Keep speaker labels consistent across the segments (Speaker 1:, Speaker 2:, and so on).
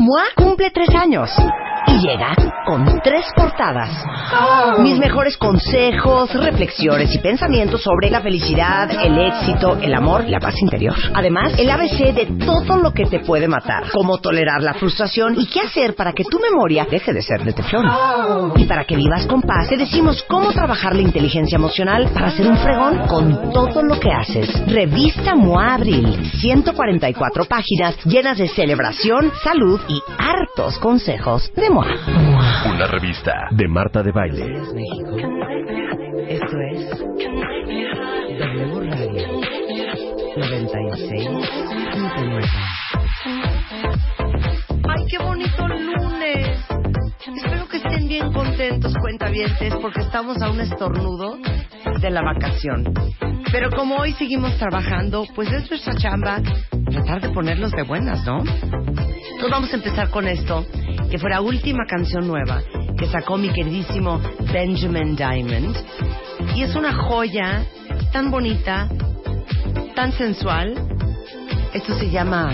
Speaker 1: Mua cumple tres años y llega con tres portadas. Mis mejores consejos, reflexiones y pensamientos sobre la felicidad, el éxito, el amor y la paz interior. Además, el ABC de todo lo que te puede matar, cómo tolerar la frustración y qué hacer para que tu memoria deje de ser de teflón. Y para que vivas con paz, te decimos cómo trabajar la inteligencia emocional para ser un fregón con todo lo que haces. Revista Moa Abril, 144 páginas llenas de celebración, salud y hartos consejos de Moa.
Speaker 2: Una revista de Marta de Baile.
Speaker 1: es México. Esto es W Radio 96.9.
Speaker 3: ¡Ay, qué bonito lunes! Espero que estén bien contentos, cuentavientes, porque estamos a un estornudo de la vacación. Pero como hoy seguimos trabajando, pues es nuestra chamba tratar de ponerlos de buenas, ¿no? Entonces vamos a empezar con esto, que fue la última canción nueva que sacó mi queridísimo Benjamin Diamond. Y es una joya tan bonita, tan sensual. Esto se llama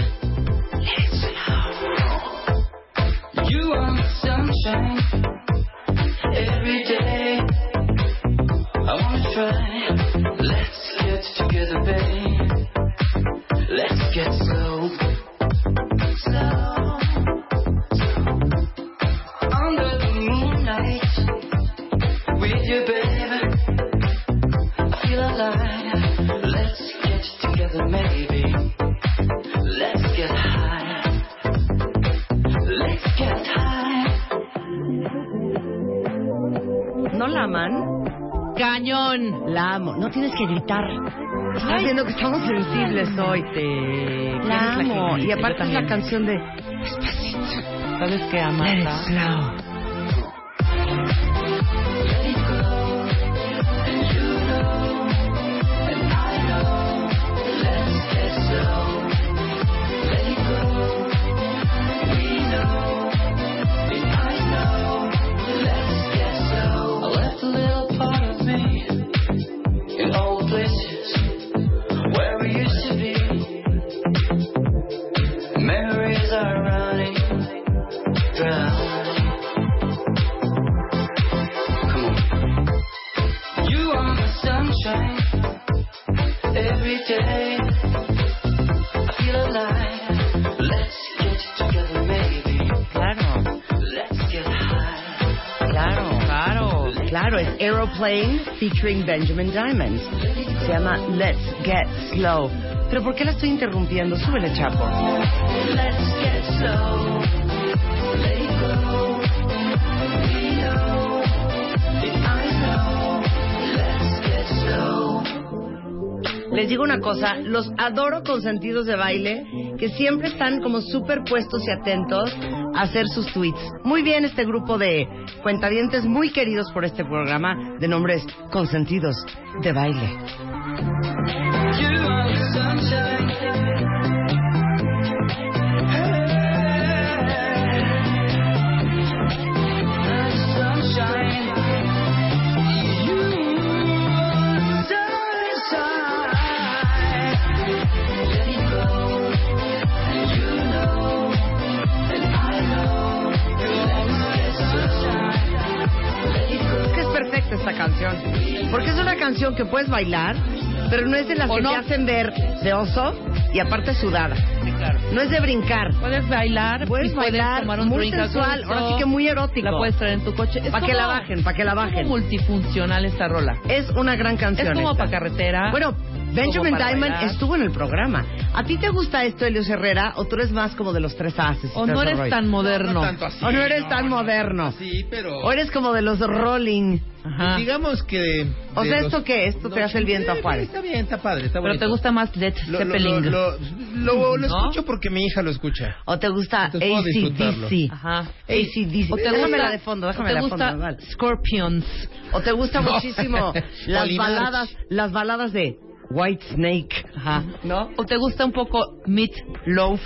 Speaker 4: You are my sunshine every day. I wanna try. Let's get together, babe. Let's get slow. Slow. Under the moonlight with you, babe. I feel alive. Let's get together, maybe. Let's get high. Let's get high.
Speaker 3: ¿No la aman? Cañón. La amo. No tienes que gritar. Estás viendo que estamos sensibles hoy. La amo. Y aparte es la canción de...
Speaker 5: ¿Sabes qué, Amanda?
Speaker 4: Let it go. And you know. And I know. Let's get slow. Let it go. We know. And I know. Let's get slow. I left a little part of me in old places where we used to be. Memories are running, drowning. Come on. You are my sunshine every day. I feel alive. Let's get together, maybe.
Speaker 3: Claro,
Speaker 4: Let's get high.
Speaker 3: claro, claro. Claro, es Aeroplane featuring Benjamin Diamond. Se llama Let's Get Slow. ¿Pero por qué la estoy interrumpiendo? Súbele, chapo.
Speaker 4: Let's get slow. Let it go. We know. And I know. Let's get slow.
Speaker 3: Les digo una cosa, los adoro con sentidos de baile, que siempre están como súper puestos y atentos a hacer sus tweets. Muy bien este grupo de cuentavientes muy queridos por este programa, de nombres consentidos de baile.
Speaker 4: You are the sunshine. The sunshine. You are the sunshine. Let it go, and you know, and I know. Let's get sunshine. Let it go.
Speaker 3: Es que es perfecta esta canción, porque es una canción que puedes bailar, pero no es de las
Speaker 5: O
Speaker 3: que
Speaker 5: no.
Speaker 3: te hacen ver de oso y aparte sudada. No es de brincar.
Speaker 5: Puedes bailar,
Speaker 3: Puedes
Speaker 5: y
Speaker 3: bailar,
Speaker 5: puedes tomar un
Speaker 3: muy
Speaker 5: drink a
Speaker 3: sensual,
Speaker 5: gusto,
Speaker 3: ahora sí que muy erótico.
Speaker 5: La puedes traer en tu coche. Es
Speaker 3: Pa' que
Speaker 5: como-
Speaker 3: la bajen, pa' que la
Speaker 5: es como
Speaker 3: bajen.
Speaker 5: multifuncional esta rola.
Speaker 3: Es una gran canción.
Speaker 5: Es como
Speaker 3: esta.
Speaker 6: Ah,
Speaker 5: para carretera.
Speaker 3: eh. Bueno, Benjamin
Speaker 5: para
Speaker 3: Diamond
Speaker 5: bailar.
Speaker 3: estuvo en el programa. ¿A ti te gusta esto, Elios Herrera, o tú eres más como de los tres haces?
Speaker 5: O no eres tan moderno.
Speaker 6: tanto así,
Speaker 3: o no eres
Speaker 6: no,
Speaker 3: tan
Speaker 6: no,
Speaker 3: moderno.
Speaker 6: Sí, pero
Speaker 3: O eres como de los Rolling.
Speaker 5: Ajá.
Speaker 6: digamos que... de-
Speaker 3: ah. O
Speaker 6: de
Speaker 3: sea,
Speaker 6: los-
Speaker 3: ¿esto qué? ¿Esto te
Speaker 6: No,
Speaker 3: hace el viento a
Speaker 6: sí,
Speaker 3: Juárez?
Speaker 6: Está bien, está padre, está
Speaker 5: Pero
Speaker 6: bonito.
Speaker 5: te gusta más Led
Speaker 6: Lo, lo, lo,
Speaker 5: Zeppelin.
Speaker 6: lo, lo- lo
Speaker 5: ¿No?
Speaker 6: escucho porque mi hija lo escucha.
Speaker 3: ¿O te gusta
Speaker 6: Entonces puedo disfrutarlo.
Speaker 3: ACDC?
Speaker 5: Ajá.
Speaker 3: ACDC.
Speaker 5: O te
Speaker 3: Déjamela
Speaker 5: gusta-
Speaker 3: de fondo,
Speaker 5: o
Speaker 3: déjamela
Speaker 5: te
Speaker 3: de
Speaker 5: gusta
Speaker 3: fondo. vale.
Speaker 5: Scorpions.
Speaker 3: O te gusta
Speaker 6: No.
Speaker 3: muchísimo las
Speaker 6: Polimarch.
Speaker 3: baladas, las baladas de White Snake.
Speaker 5: Ajá.
Speaker 3: ¿No?
Speaker 5: O te gusta un poco Meat Loaf.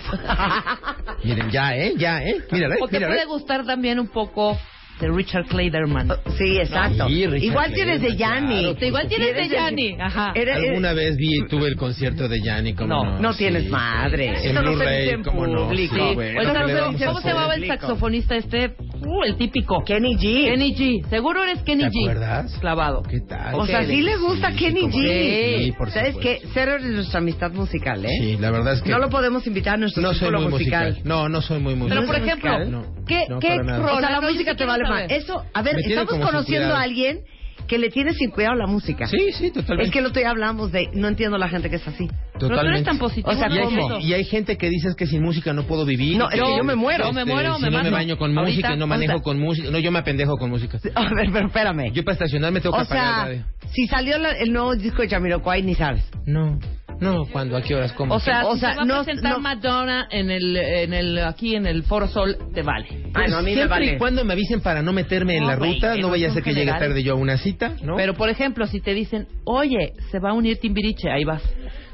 Speaker 6: Miren, ya, ¿eh? Ya, ¿eh?
Speaker 3: Pues
Speaker 6: Mírala,
Speaker 5: o te
Speaker 6: mírala.
Speaker 5: puede gustar también un poco de Richard Clayderman.
Speaker 3: Oh, Sí, exacto.
Speaker 6: Sí, Richard
Speaker 3: Igual tienes de
Speaker 6: Clayman,
Speaker 3: Yanni.
Speaker 6: claro, por
Speaker 5: Igual tienes de Yanni. Ajá.
Speaker 3: Eres-
Speaker 6: Alguna vez vi, tuve el concierto de Yanni, como
Speaker 3: No, no tienes madre.
Speaker 6: En
Speaker 3: Eso no se
Speaker 6: Blu-ray,
Speaker 3: dice en
Speaker 6: cómo no.
Speaker 3: público.
Speaker 6: sí,
Speaker 5: Sí.
Speaker 6: bueno,
Speaker 5: O el
Speaker 6: ¿qué le
Speaker 5: saxo-
Speaker 6: vamos a
Speaker 5: ¿Cómo se
Speaker 6: hacer?
Speaker 5: llamaba el
Speaker 3: Explico.
Speaker 5: saxofonista este? Uh, el típico.
Speaker 3: eh, Kenny G.
Speaker 5: Kenny G. Seguro eres Kenny
Speaker 6: ¿Te
Speaker 5: G.
Speaker 6: acuerdas?
Speaker 5: Clavado.
Speaker 6: ¿Qué tal?
Speaker 3: O sea, sí le gusta Kenny
Speaker 6: cómo
Speaker 3: G.
Speaker 6: no. Sí, por
Speaker 3: ¿Sabes qué?
Speaker 6: supuesto.
Speaker 3: Cero es nuestra amistad musical, ¿eh?
Speaker 6: Sí, la verdad es que
Speaker 3: No lo podemos invitar a nuestro
Speaker 6: no soy
Speaker 3: círculo
Speaker 6: muy musical.
Speaker 3: musical.
Speaker 6: No, no soy muy musical.
Speaker 5: Pero, por
Speaker 3: ¿No es
Speaker 5: ejemplo,
Speaker 3: musical?
Speaker 6: No,
Speaker 5: ¿qué,
Speaker 6: no,
Speaker 5: qué
Speaker 6: para nada.
Speaker 5: rol?
Speaker 3: O sea, la
Speaker 5: No, yo sí
Speaker 3: música te
Speaker 5: quiero
Speaker 3: vale más.
Speaker 5: saber.
Speaker 3: Eso, a ver,
Speaker 6: Me tiene
Speaker 3: estamos
Speaker 6: como sin
Speaker 3: conociendo
Speaker 6: cuidado.
Speaker 3: a alguien que le tiene sin cuidado la música.
Speaker 6: Sí, sí, totalmente.
Speaker 3: Es que el otro día hablamos de, no entiendo la gente que es así.
Speaker 5: Pero tú eres
Speaker 6: Totalmente.
Speaker 5: tan positivo.
Speaker 3: O sea,
Speaker 5: ¿no?
Speaker 6: y, hay,
Speaker 3: ¿cómo?
Speaker 6: gen- y hay gente que dices que sin música no puedo vivir.
Speaker 3: No,
Speaker 6: que
Speaker 3: es que yo me muero.
Speaker 5: Yo me muero,
Speaker 6: si
Speaker 5: me
Speaker 6: no me
Speaker 5: mato.
Speaker 6: baño con música,
Speaker 5: Ahorita,
Speaker 6: no manejo
Speaker 5: o sea-
Speaker 6: con música. No, yo me apendejo con música.
Speaker 3: A ver, pero espérame.
Speaker 6: Yo para estacionarme tengo que
Speaker 3: o
Speaker 6: apagar la
Speaker 3: sea,
Speaker 6: radio.
Speaker 3: si salió la- el nuevo disco de Jamiroquai, ni sabes.
Speaker 6: No, no, cuando, a qué horas, cómo.
Speaker 5: O sea,
Speaker 3: O
Speaker 5: si
Speaker 3: sea,
Speaker 5: se va
Speaker 3: no-
Speaker 5: a presentar
Speaker 3: no-
Speaker 5: Madonna en el, en el, aquí en el Foro Sol, te vale.
Speaker 3: Ah, no, a mí me
Speaker 6: siempre
Speaker 3: vale.
Speaker 6: y cuando me avisen para no meterme en
Speaker 5: No,
Speaker 6: la
Speaker 5: güey,
Speaker 6: ruta,
Speaker 5: que
Speaker 6: no
Speaker 5: no
Speaker 6: vaya a
Speaker 5: son
Speaker 6: ser que llegue
Speaker 5: generales.
Speaker 6: tarde yo a una cita, ¿no?
Speaker 5: Pero, por ejemplo, si te dicen, oye, Eh, se va a unir Timbiriche, ahí vas.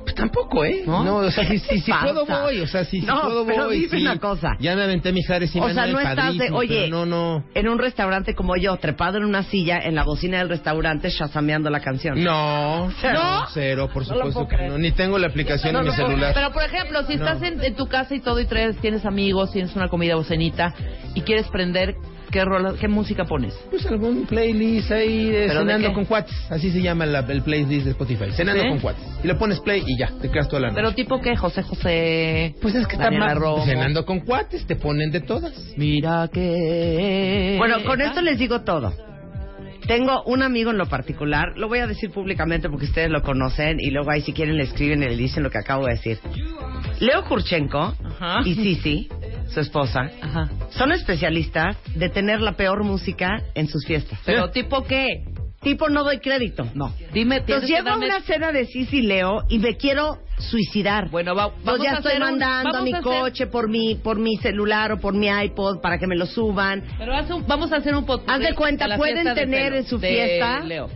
Speaker 6: Pues tampoco, ¿eh?
Speaker 5: ¿No?
Speaker 6: No, o sea, si, si, si
Speaker 3: Pasa.
Speaker 6: puedo voy, o sea, si, si
Speaker 3: No,
Speaker 6: puedo voy.
Speaker 3: pero dime
Speaker 6: sí.
Speaker 3: una cosa.
Speaker 6: Ya me aventé mis Jares y
Speaker 3: o sea, no estás de, oye,
Speaker 6: No, no.
Speaker 3: en un restaurante como yo, trepado en una silla, en la bocina del restaurante, chasameando la canción.
Speaker 6: No,
Speaker 3: Cero.
Speaker 6: no, cero, por
Speaker 3: No lo
Speaker 6: supuesto
Speaker 3: puedo
Speaker 6: que
Speaker 3: creer.
Speaker 6: no. Ni tengo la aplicación en mi celular.
Speaker 5: Pero, por ejemplo, si
Speaker 6: No.
Speaker 5: estás en, en tu casa y todo y traes, tienes amigos, tienes una comida o cenita y quieres prender, ¿qué, rola- qué música pones?
Speaker 6: Pues algún playlist ahí de
Speaker 5: ¿Pero de
Speaker 6: Cenando
Speaker 5: qué?
Speaker 6: con Cuates. Así se llama la- el playlist de Spotify. Cenando
Speaker 5: ¿Sí?
Speaker 6: con Cuates. Y le pones play y ya, te quedas toda la noche.
Speaker 5: Pero tipo que José José...
Speaker 6: pues es que está
Speaker 5: Daniela
Speaker 6: mal.
Speaker 5: Romo.
Speaker 6: Cenando con Cuates, te ponen de todas.
Speaker 5: Mira que...
Speaker 3: Bueno, con esto les digo todo. Tengo un amigo en lo particular, lo voy a decir públicamente porque ustedes lo conocen y luego ahí si quieren le escriben y le dicen lo que acabo de decir. Leo Kurchenko
Speaker 5: Ajá.
Speaker 3: y Sisi, su esposa,
Speaker 5: Ajá.
Speaker 3: son especialistas de tener la peor música en sus fiestas.
Speaker 5: Pero tipo qué?
Speaker 3: Tipo, no doy crédito. No.
Speaker 5: Dime,
Speaker 3: Entonces
Speaker 5: tienes que
Speaker 3: llego a
Speaker 5: darme-
Speaker 3: una cena de Sisi y Leo y me quiero suicidar.
Speaker 5: Bueno, va-
Speaker 3: Pues
Speaker 5: vamos
Speaker 3: ya
Speaker 5: a
Speaker 3: estoy
Speaker 5: hacer un-
Speaker 3: mandando a
Speaker 5: vamos
Speaker 3: mi
Speaker 5: hacer-
Speaker 3: coche por mi, por mi celular o por mi iPod para que me lo suban.
Speaker 5: Pero haz un- vamos a hacer un podcast.
Speaker 3: Haz de cuenta, pueden tener en su fiesta-
Speaker 5: Leo.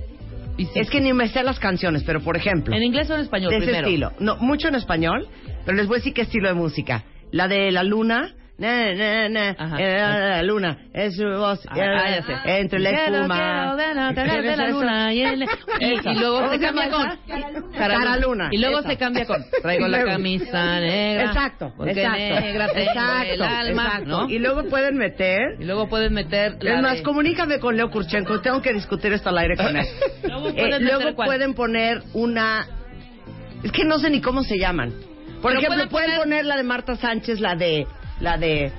Speaker 5: Y sí.
Speaker 3: Es que ni me sé las canciones, pero por ejemplo,
Speaker 5: en inglés o en español
Speaker 3: de ese
Speaker 5: primero.
Speaker 3: estilo. No, mucho en español, pero les voy a decir qué estilo de música. La de la luna. Na, na, na,
Speaker 5: Ajá.
Speaker 3: eh, la luna es su voz
Speaker 5: Ah, ah, ya sé.
Speaker 3: entre la
Speaker 5: Quiero,
Speaker 3: espuma.
Speaker 5: quiero ver la cara de la
Speaker 3: ¿Tienes
Speaker 5: luna y el-
Speaker 3: Esa.
Speaker 5: Y luego
Speaker 3: ¿Cómo
Speaker 5: se
Speaker 3: se
Speaker 5: cambia
Speaker 3: llama
Speaker 5: con.
Speaker 3: esa? Cara luna.
Speaker 5: Y luego
Speaker 3: Esa.
Speaker 5: se cambia con. Traigo la
Speaker 3: Luego.
Speaker 5: camisa negra.
Speaker 3: Exacto,
Speaker 5: porque
Speaker 3: exacto,
Speaker 5: negra tengo
Speaker 3: exacto,
Speaker 5: el alma,
Speaker 3: exacto.
Speaker 5: ¿no?
Speaker 3: Y luego pueden meter.
Speaker 5: Y luego pueden meter. la
Speaker 3: Es más,
Speaker 5: de-
Speaker 3: comunícame con Leo Kurchenko, tengo que discutir esto al aire con él.
Speaker 5: Luego
Speaker 3: Eh,
Speaker 5: pueden meter
Speaker 3: luego
Speaker 5: cuál.
Speaker 3: pueden poner una... Es que no sé ni cómo se llaman. Por
Speaker 5: Pero
Speaker 3: ejemplo,
Speaker 5: pueden
Speaker 3: pueden,
Speaker 5: poner-
Speaker 3: poner... la de Marta Sánchez, la de... La de...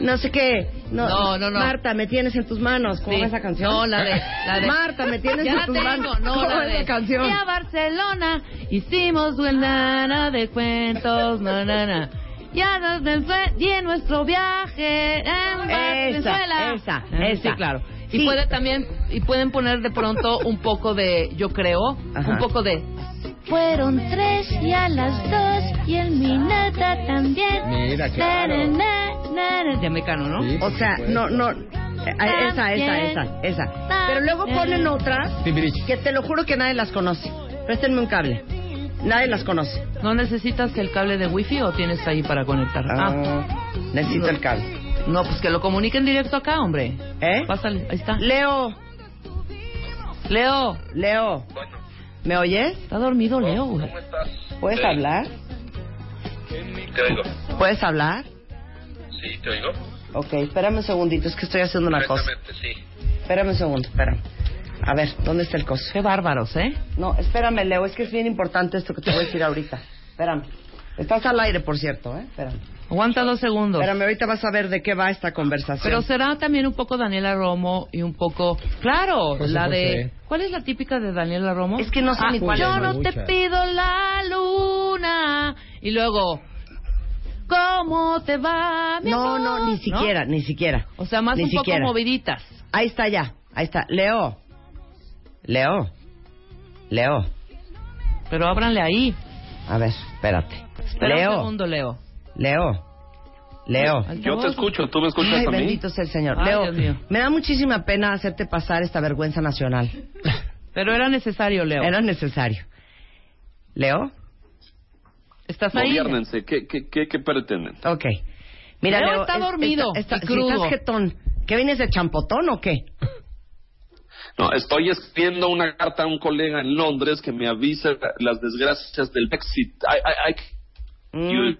Speaker 3: No sé qué. No,
Speaker 5: No, no, no.
Speaker 3: Marta, me tienes en tus manos. ¿Cómo
Speaker 5: Sí.
Speaker 3: va esa canción?
Speaker 5: No, la de- la de-
Speaker 3: Marta, me tienes
Speaker 5: Ya
Speaker 3: en tus
Speaker 5: tengo,
Speaker 3: manos.
Speaker 5: no,
Speaker 3: ¿Cómo
Speaker 5: la
Speaker 3: va
Speaker 5: de-
Speaker 3: esa canción?
Speaker 5: Fui a Barcelona, hicimos buena de cuentos, na, na, na. Ya nos desfue- y en nuestro viaje en Venezuela.
Speaker 3: esa,
Speaker 5: Ah,
Speaker 3: esa.
Speaker 5: Sí, claro.
Speaker 3: Sí.
Speaker 5: Y puede también y pueden poner de pronto un poco de, Eh, yo creo,
Speaker 3: Ajá.
Speaker 5: un poco de
Speaker 7: Fueron tres y a las dos y el Minata también.
Speaker 6: Mira, claro.
Speaker 7: Na, na, na, na,
Speaker 5: de mecano, ¿no?
Speaker 6: Sí,
Speaker 3: O
Speaker 6: por
Speaker 3: sea,
Speaker 6: supuesto.
Speaker 3: no, no. eh, Esa, esa, esa, esa. Pero luego ponen otras
Speaker 6: Timbiriche.
Speaker 3: que te lo juro que nadie las conoce. Préstenme un cable. Nadie las conoce.
Speaker 5: ¿No necesitas el cable de wifi o tienes ahí para conectar?
Speaker 6: Ah.
Speaker 3: Ah. necesito el cable.
Speaker 5: no, pues que lo comuniquen directo acá, hombre.
Speaker 3: ¿Eh?
Speaker 5: Pásale, ahí está.
Speaker 3: Leo,
Speaker 5: Leo,
Speaker 3: Leo. ¿Me oyes?
Speaker 5: está dormido Leo, güey.
Speaker 8: estás?
Speaker 3: ¿Puedes
Speaker 8: Sí.
Speaker 3: hablar?
Speaker 8: Te oigo.
Speaker 3: ¿Puedes hablar?
Speaker 8: Sí, te oigo.
Speaker 3: Ok, espérame un segundito, es que estoy haciendo una cosa.
Speaker 8: Perfectamente, sí.
Speaker 3: Espérame un segundo, espérame. A ver, ¿dónde está el coso?
Speaker 5: Qué bárbaros, ¿eh?
Speaker 3: No, espérame, Leo, es que es bien importante esto que te voy a decir ahorita. Espérame. Estás al aire, por cierto, ¿eh? Espérame.
Speaker 5: Aguanta dos segundos.
Speaker 3: Espérame, ahorita vas a ver de qué va esta conversación.
Speaker 5: Pero será también un poco Daniela Romo y un poco. Claro,
Speaker 6: José
Speaker 5: la de.
Speaker 6: José.
Speaker 5: ¿Cuál es la típica de Daniela Romo?
Speaker 3: Es que no sé
Speaker 5: Ah,
Speaker 3: ni cuál
Speaker 5: Yo
Speaker 6: es.
Speaker 5: no te
Speaker 6: Muchas.
Speaker 5: pido la luna. Y luego. ¿Cómo te va, mi
Speaker 3: no,
Speaker 5: amor?
Speaker 3: no, ni siquiera, ni siquiera.
Speaker 5: O sea, más
Speaker 3: Ni
Speaker 5: un
Speaker 3: siquiera.
Speaker 5: poco moviditas.
Speaker 3: Ahí está ya, ahí está. Leo. Leo. Leo.
Speaker 5: Pero ábranle ahí.
Speaker 3: A ver, espérate.
Speaker 5: Espera un
Speaker 3: Leo.
Speaker 5: segundo, Leo.
Speaker 3: Leo. Leo.
Speaker 8: Yo te escucho, tú me escuchas
Speaker 3: pues, Ay,
Speaker 8: a mí.
Speaker 3: bendito sea el Señor.
Speaker 5: Ay,
Speaker 3: Leo,
Speaker 5: Dios mío.
Speaker 3: me da muchísima pena hacerte pasar esta vergüenza nacional.
Speaker 5: Pero era necesario, Leo.
Speaker 3: Era necesario. Leo,
Speaker 5: ¿Estás ahí?
Speaker 8: Gobiernense, ¿qué, qué, qué, qué pretenden?
Speaker 3: ok. Mira,
Speaker 5: Leo
Speaker 3: Leo,
Speaker 5: está dormido
Speaker 3: está-
Speaker 5: y
Speaker 3: sí,
Speaker 5: crudo.
Speaker 3: estás jetón. ¿Qué vienes de champotón o qué?
Speaker 8: No, estoy escribiendo una carta a un colega en Londres que me avisa las desgracias del Brexit. Ay, ay, ay,
Speaker 3: Mm,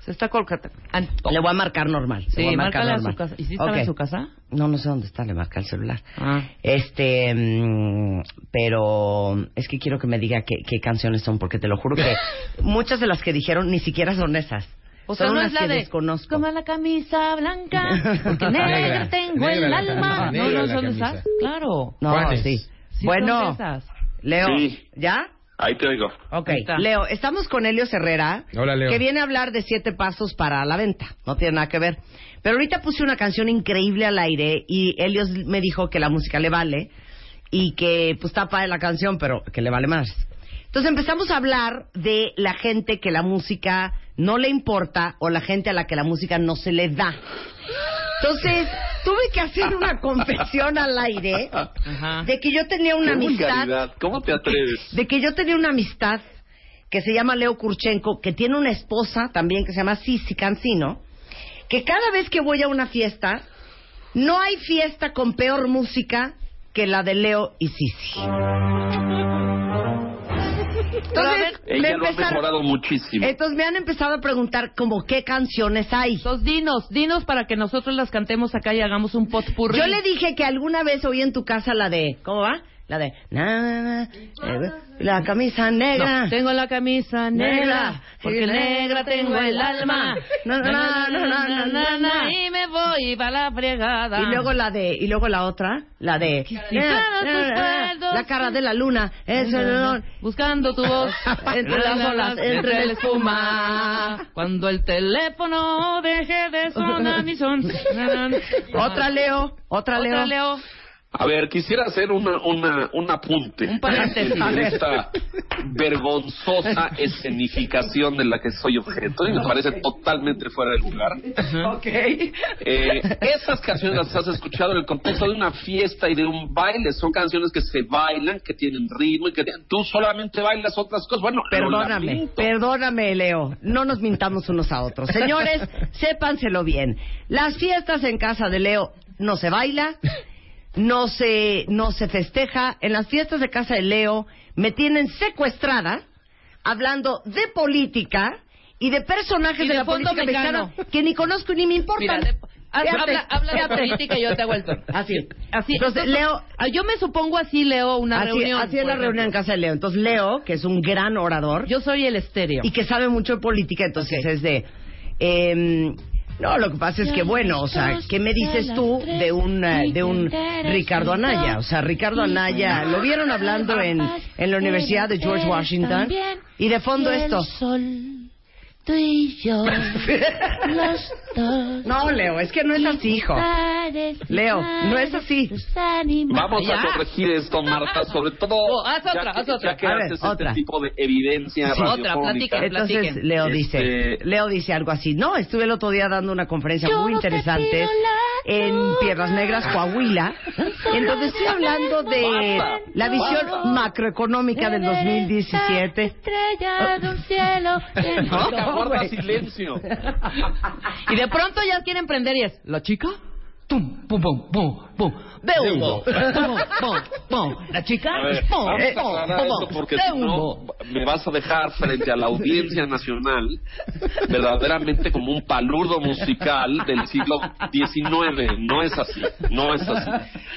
Speaker 5: Se está colcata. An-
Speaker 3: Le voy a marcar normal. le voy
Speaker 5: Sí,
Speaker 3: a marcar
Speaker 5: márcale a
Speaker 3: normal.
Speaker 5: su casa. ¿Y si estaba
Speaker 3: Ok.
Speaker 5: en su casa?
Speaker 3: No, no sé dónde está, le marca el celular.
Speaker 5: Ah.
Speaker 3: Este, mm, pero es que quiero que me diga qué, qué canciones son, porque te lo juro que muchas de las que dijeron ni siquiera son esas.
Speaker 5: O sea,
Speaker 3: son
Speaker 5: no
Speaker 3: unas
Speaker 5: es la
Speaker 3: que
Speaker 5: de
Speaker 3: desconozco.
Speaker 5: como la camisa blanca, porque negra
Speaker 6: Negra,
Speaker 5: tengo
Speaker 6: negra
Speaker 5: el
Speaker 6: la
Speaker 5: alma.
Speaker 6: camisa,
Speaker 5: No,
Speaker 6: negra
Speaker 5: no
Speaker 6: la
Speaker 5: son
Speaker 6: camisa.
Speaker 5: esas, claro.
Speaker 3: No,
Speaker 6: ¿Cuáles?
Speaker 3: sí.
Speaker 5: Sí
Speaker 3: bueno,
Speaker 5: son esas.
Speaker 3: Leo,
Speaker 8: Sí.
Speaker 3: ¿ya?
Speaker 8: Ahí te oigo.
Speaker 3: Ok,
Speaker 5: Ahí está.
Speaker 3: Leo, estamos con Helio Herrera,
Speaker 6: Hola, Leo.
Speaker 3: que viene a hablar de siete pasos para la venta, no tiene nada que ver. Pero ahorita puse una canción increíble al aire y Helio me dijo que la música le vale y que pues está padre la canción, pero que le vale más. Entonces empezamos a hablar de la gente que la música no le importa o la gente a la que la música no se le da. Entonces tuve que hacer una confesión al aire
Speaker 5: Ajá.
Speaker 3: de que yo tenía una
Speaker 8: Qué
Speaker 3: amistad
Speaker 8: vulgaridad, ¿Cómo te atreves?
Speaker 3: de que yo tenía una amistad que se llama Leo Kurchenko, que tiene una esposa también que se llama Sisi Cancino, que cada vez que voy a una fiesta, no hay fiesta con peor música que la de Leo y Sisi.
Speaker 5: Pero a ver,
Speaker 3: Entonces, me
Speaker 8: Ella lo ha
Speaker 3: empezaron-
Speaker 8: mejorado muchísimo.
Speaker 3: entonces me han empezado a preguntar como qué canciones hay.
Speaker 5: Entonces, dinos, dinos para que nosotros las cantemos acá y hagamos un potpurri.
Speaker 3: Yo le dije que alguna vez oí en tu casa la de... ¿Cómo va? La de... na, na, na, eh, la camisa negra.
Speaker 5: No, tengo la camisa negra, porque negra tengo el alma.
Speaker 3: Na, na, na, na, na, na, na, na.
Speaker 5: Y me voy para la fregada.
Speaker 3: Y luego la de, y luego la otra, la de eh,
Speaker 5: Quisiera tus cuerdos.
Speaker 3: la cara de la luna, es el olor.
Speaker 5: Buscando tu voz entre las olas, entre la espuma. Cuando el teléfono deje de sonar mi son.
Speaker 3: Otra Leo, otra Leo.
Speaker 5: Otra Leo.
Speaker 8: A ver, quisiera hacer una, una, un apunte.
Speaker 5: Un paréntesis.
Speaker 8: En esta vergonzosa escenificación de la que soy objeto y me parece totalmente fuera de lugar. Eh, esas canciones las has escuchado en el contexto de una fiesta y de un baile. Son canciones que se bailan, que tienen ritmo y que tienen- tú solamente bailas otras cosas. Bueno, lo
Speaker 3: Perdóname,
Speaker 8: lamento.
Speaker 3: perdóname, Leo. No nos mintamos unos a otros. Señores, sépanselo bien. Las fiestas en casa de Leo no se baila, no se, no se festeja. En las fiestas de casa de Leo me tienen secuestrada hablando de política y de personajes
Speaker 5: Y
Speaker 3: de,
Speaker 5: de
Speaker 3: la
Speaker 5: fondo
Speaker 3: política
Speaker 5: mexicano.
Speaker 3: mexicana que ni conozco ni me importan.
Speaker 5: Mira, de- haz-
Speaker 3: Fíjate,
Speaker 5: habla, habla de
Speaker 3: fíjate.
Speaker 5: política y yo te hago el tono.
Speaker 3: Así.
Speaker 5: Así.
Speaker 3: Entonces, Leo,
Speaker 5: Ah, Yo me supongo así, Leo, una
Speaker 3: así,
Speaker 5: reunión.
Speaker 3: así es
Speaker 5: por
Speaker 3: la
Speaker 5: ejemplo.
Speaker 3: reunión en casa de Leo. Entonces, Leo, que es un gran orador,
Speaker 5: Yo soy el estéreo.
Speaker 3: y que sabe mucho de política, entonces es de... em, no, lo que pasa es que, bueno, o sea, ¿qué me dices tú de un, eh, de un Ricardo Anaya? O sea, Ricardo Anaya, lo vieron hablando en, en la Universidad de George Washington. Y de fondo esto.
Speaker 7: sol, tú y yo, los dos.
Speaker 3: No, Leo, es que no es así, hijo. Leo, no es así.
Speaker 8: Vamos
Speaker 5: Ya.
Speaker 8: a corregir esto, Marta, sobre todo
Speaker 5: Oh, haz
Speaker 8: ya
Speaker 5: otra,
Speaker 8: que-
Speaker 5: haz otra.
Speaker 8: ya que
Speaker 3: A ver,
Speaker 8: haces
Speaker 3: otra.
Speaker 8: este tipo de evidencia
Speaker 5: Sí. Otra,
Speaker 8: radiofónica.
Speaker 5: platica.
Speaker 3: Entonces,
Speaker 5: platiquen.
Speaker 3: Leo dice,
Speaker 8: Este-
Speaker 3: Leo dice algo así. No, estuve el otro día dando una conferencia
Speaker 7: Yo
Speaker 3: muy
Speaker 7: no te
Speaker 3: interesante
Speaker 7: pido la
Speaker 3: en
Speaker 7: luna.
Speaker 3: Piedras Negras,
Speaker 5: Ah.
Speaker 3: Coahuila. Y Entonces estoy hablando de
Speaker 8: Basta,
Speaker 3: la visión
Speaker 7: basta.
Speaker 3: macroeconómica del 2017.
Speaker 7: Estrellado un cielo. lleno
Speaker 8: No,
Speaker 7: de
Speaker 8: guarda silencio.
Speaker 5: Y de pronto ya quieren prender y es, ¿la chica?
Speaker 9: Tum, pum, pum, pum, pum. De humo. Pum, pum, pum. La chica.
Speaker 8: A ver,
Speaker 9: Pum,
Speaker 8: vamos a
Speaker 9: pum,
Speaker 8: aclarar
Speaker 9: pum,
Speaker 8: esto porque
Speaker 9: de
Speaker 8: si
Speaker 9: humo.
Speaker 8: no me vas a dejar frente a la audiencia nacional verdaderamente como un palurdo musical del siglo XIX. No es así, no es así.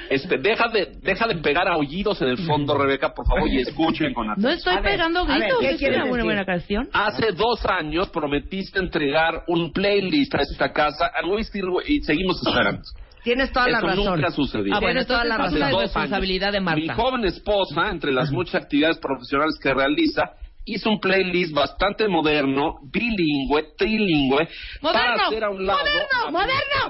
Speaker 8: Este, deja de, deja de pegar aullidos en el fondo, Rebeca, por favor, y escuchen con atención.
Speaker 5: No estoy pegando
Speaker 3: ver,
Speaker 5: gritos,
Speaker 3: ¿qué
Speaker 5: es
Speaker 3: quieres decir? Ah,
Speaker 5: una buena, buena canción.
Speaker 8: Hace dos años prometiste entregar un playlist a esta casa, algo y sirvo- y seguimos esperando.
Speaker 3: Tienes toda la
Speaker 8: Eso
Speaker 3: razón.
Speaker 8: nunca sucedió.
Speaker 5: Ah, bueno,
Speaker 3: Tienes toda
Speaker 5: entonces
Speaker 3: la
Speaker 5: es
Speaker 8: Hace
Speaker 5: una
Speaker 3: razón.
Speaker 8: dos
Speaker 5: responsabilidad
Speaker 8: años,
Speaker 5: de Marta.
Speaker 8: Mi joven esposa, entre las muchas actividades profesionales que realiza, hizo un playlist bastante moderno, bilingüe, trilingüe,
Speaker 3: ah,
Speaker 8: para
Speaker 5: ¡Moderno!
Speaker 8: hacer a un lado...
Speaker 5: ¡Moderno!
Speaker 8: a-
Speaker 5: ¡Moderno!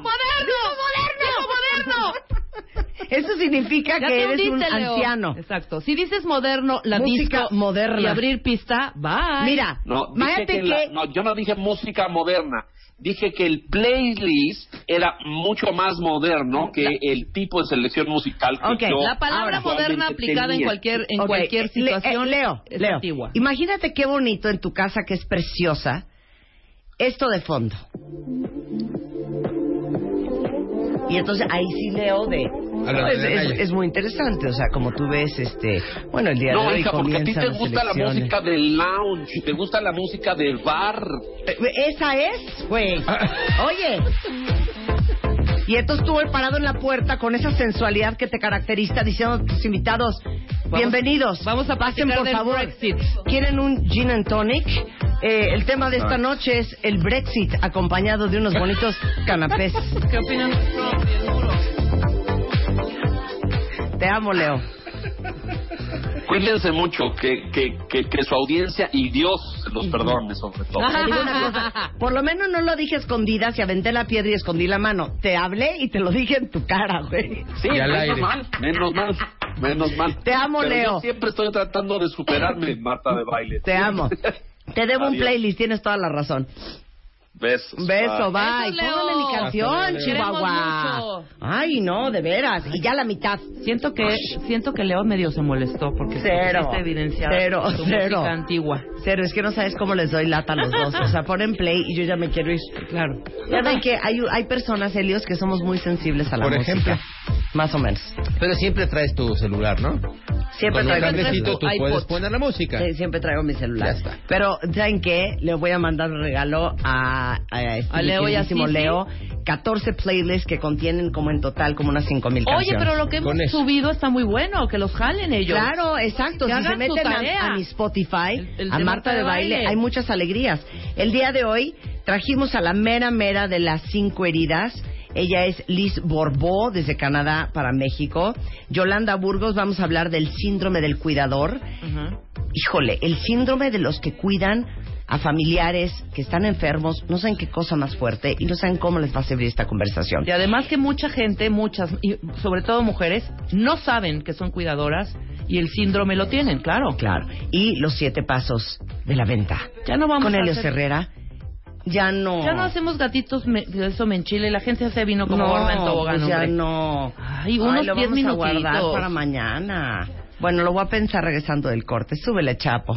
Speaker 5: ¡Moderno! ¡Moderno! ¡Moderno!
Speaker 3: Eso significa
Speaker 5: Ya
Speaker 3: que
Speaker 5: te
Speaker 3: eres un
Speaker 5: hundiste, Leo.
Speaker 3: anciano.
Speaker 5: Exacto. Si dices moderno, la
Speaker 3: Música
Speaker 5: disco
Speaker 3: moderna.
Speaker 5: y abrir pista, bye.
Speaker 3: Mira,
Speaker 8: No, dije
Speaker 3: imagínate
Speaker 8: que
Speaker 3: que...
Speaker 8: la- no, yo no dije música moderna. Dije que el playlist era mucho más moderno que el tipo de selección musical que
Speaker 3: Ok,
Speaker 8: yo
Speaker 5: la palabra
Speaker 8: actualmente
Speaker 5: moderna aplicada en
Speaker 8: tenía.
Speaker 5: cualquier en
Speaker 3: Ok,
Speaker 5: cualquier
Speaker 3: le- eh,
Speaker 5: situación
Speaker 3: Leo,
Speaker 5: es
Speaker 3: Leo,
Speaker 5: antigua.
Speaker 3: imagínate qué bonito en tu casa que es preciosa. Esto de fondo. Y entonces ahí sí leo de...
Speaker 6: Habla de
Speaker 3: es,
Speaker 6: la
Speaker 3: es-
Speaker 6: calle.
Speaker 3: es muy interesante, o sea, como tú ves, este, bueno, el día de
Speaker 8: No,
Speaker 3: hoy
Speaker 8: hija, porque a ti
Speaker 3: comienzan
Speaker 8: te
Speaker 3: las
Speaker 8: gusta la
Speaker 3: elecciones.
Speaker 8: música del lounge, te gusta la música del bar.
Speaker 3: Eh, Esa es, güey.
Speaker 5: Ah.
Speaker 3: Oye. Y entonces tú parado en la puerta con esa sensualidad que te caracteriza diciendo a tus invitados, bienvenidos.
Speaker 5: vamos a
Speaker 3: pasen
Speaker 5: platicar
Speaker 3: por
Speaker 5: del
Speaker 3: favor.
Speaker 5: Brexit.
Speaker 3: ¿Quieren un gin and tonic? Eh, el tema de esta noche es el Brexit acompañado de unos bonitos canapés.
Speaker 5: ¿Qué opinan?
Speaker 3: Te amo, Leo.
Speaker 8: Cuídense mucho, que, que, que, que su audiencia y Dios los perdone sobre todo.
Speaker 3: Te digo una cosa, Por lo menos no lo dije a escondidas y aventé la piedra y escondí la mano. Te hablé y te lo dije en tu cara, güey.
Speaker 8: Sí,
Speaker 6: Y al
Speaker 8: menos
Speaker 6: aire.
Speaker 8: mal, menos mal, menos mal.
Speaker 3: Te amo,
Speaker 8: Pero
Speaker 3: Leo.
Speaker 8: Yo siempre estoy tratando de superarme, Marta de baile.
Speaker 3: Te amo. Te debo un
Speaker 8: Adiós.
Speaker 3: playlist, tienes toda la razón.
Speaker 8: Besos.
Speaker 3: Beso,
Speaker 5: Bye.
Speaker 3: bye.
Speaker 5: Besos, Leo.
Speaker 3: Póngame mi
Speaker 6: Hasta
Speaker 3: canción,
Speaker 6: luego.
Speaker 3: Chihuahua.
Speaker 5: Queremos mucho.
Speaker 3: Ay, no, de veras. Y ya la mitad.
Speaker 5: Siento que siento que Leo medio se molestó porque
Speaker 3: Cero.
Speaker 5: quisiste evidenciar
Speaker 3: Cero,
Speaker 5: tu
Speaker 3: cero.
Speaker 5: música antigua.
Speaker 3: Pero es que no sabes cómo les doy lata a los dos. O sea, ponen play y yo ya me quiero ir.
Speaker 5: Claro.
Speaker 3: Ya ven que hay, hay personas, Helios, que somos muy sensibles a la
Speaker 6: Por
Speaker 3: música.
Speaker 6: ejemplo.
Speaker 3: Más o menos.
Speaker 6: Pero siempre traes tu celular, ¿no?
Speaker 3: Siempre
Speaker 6: Con un
Speaker 3: traigo,
Speaker 6: cablecito tú puedes poner la música.
Speaker 3: Sí, siempre traigo mi celular.
Speaker 6: Ya está.
Speaker 3: Pero, ¿saben qué? Le voy a mandar un regalo a, a, este
Speaker 5: A Leo y a
Speaker 3: queridísimo
Speaker 5: Sisi.
Speaker 3: Leo. 14 playlists que contienen como en total como unas 5 mil canciones.
Speaker 5: Oye, pero lo que hemos
Speaker 6: Con eso.
Speaker 5: subido está muy bueno, que los jalen ellos.
Speaker 3: Claro, exacto.
Speaker 5: "Pues, Que
Speaker 3: Si se
Speaker 5: hagan su
Speaker 3: meten
Speaker 5: tarea.
Speaker 3: a, a mi Spotify,
Speaker 5: El- el
Speaker 3: a
Speaker 5: de
Speaker 3: Marta de baile, hay muchas alegrías. El día de hoy trajimos a la mera mera de las cinco heridas. Ella es Liz Borbó, desde Canadá para México. Yolanda Burgos, vamos a hablar del síndrome del cuidador.
Speaker 5: Ujú.
Speaker 3: Híjole, el síndrome de los que cuidan a familiares que están enfermos, no saben qué cosa más fuerte y no saben cómo les va a servir esta conversación.
Speaker 5: Y además que mucha gente, muchas, y sobre todo mujeres, no saben que son cuidadoras y el síndrome lo tienen, claro.
Speaker 3: Claro. Y los siete pasos de la venta.
Speaker 5: Ya no vamos
Speaker 3: Con
Speaker 5: a
Speaker 3: Helios
Speaker 5: hacer-
Speaker 3: Herrera. Ya no.
Speaker 5: Ya no hacemos gatitos, me- eso me enchila y la gente hace vino como
Speaker 3: no,
Speaker 5: gorda en tobogán,
Speaker 3: pues ya
Speaker 5: hombre.
Speaker 3: no.
Speaker 5: Ay, unos
Speaker 3: lo
Speaker 5: 10
Speaker 3: vamos a guardar
Speaker 5: minutitos.
Speaker 3: para mañana. Bueno, lo voy a pensar regresando del corte. Súbele, Chapo.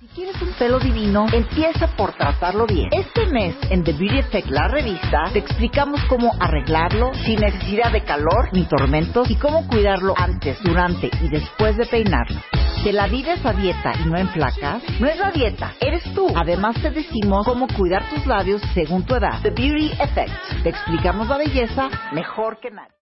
Speaker 4: Si quieres un pelo divino, empieza por tratarlo bien. Este mes, en The Beauty Effect, la revista, te explicamos cómo arreglarlo sin necesidad de calor ni tormentos y cómo cuidarlo antes, durante y después de peinarlo. Que la vida es a dieta y no en placas, no es la dieta, eres tú. Además te decimos cómo cuidar tus labios según tu edad. The Beauty Effect. Te explicamos la belleza mejor que nadie.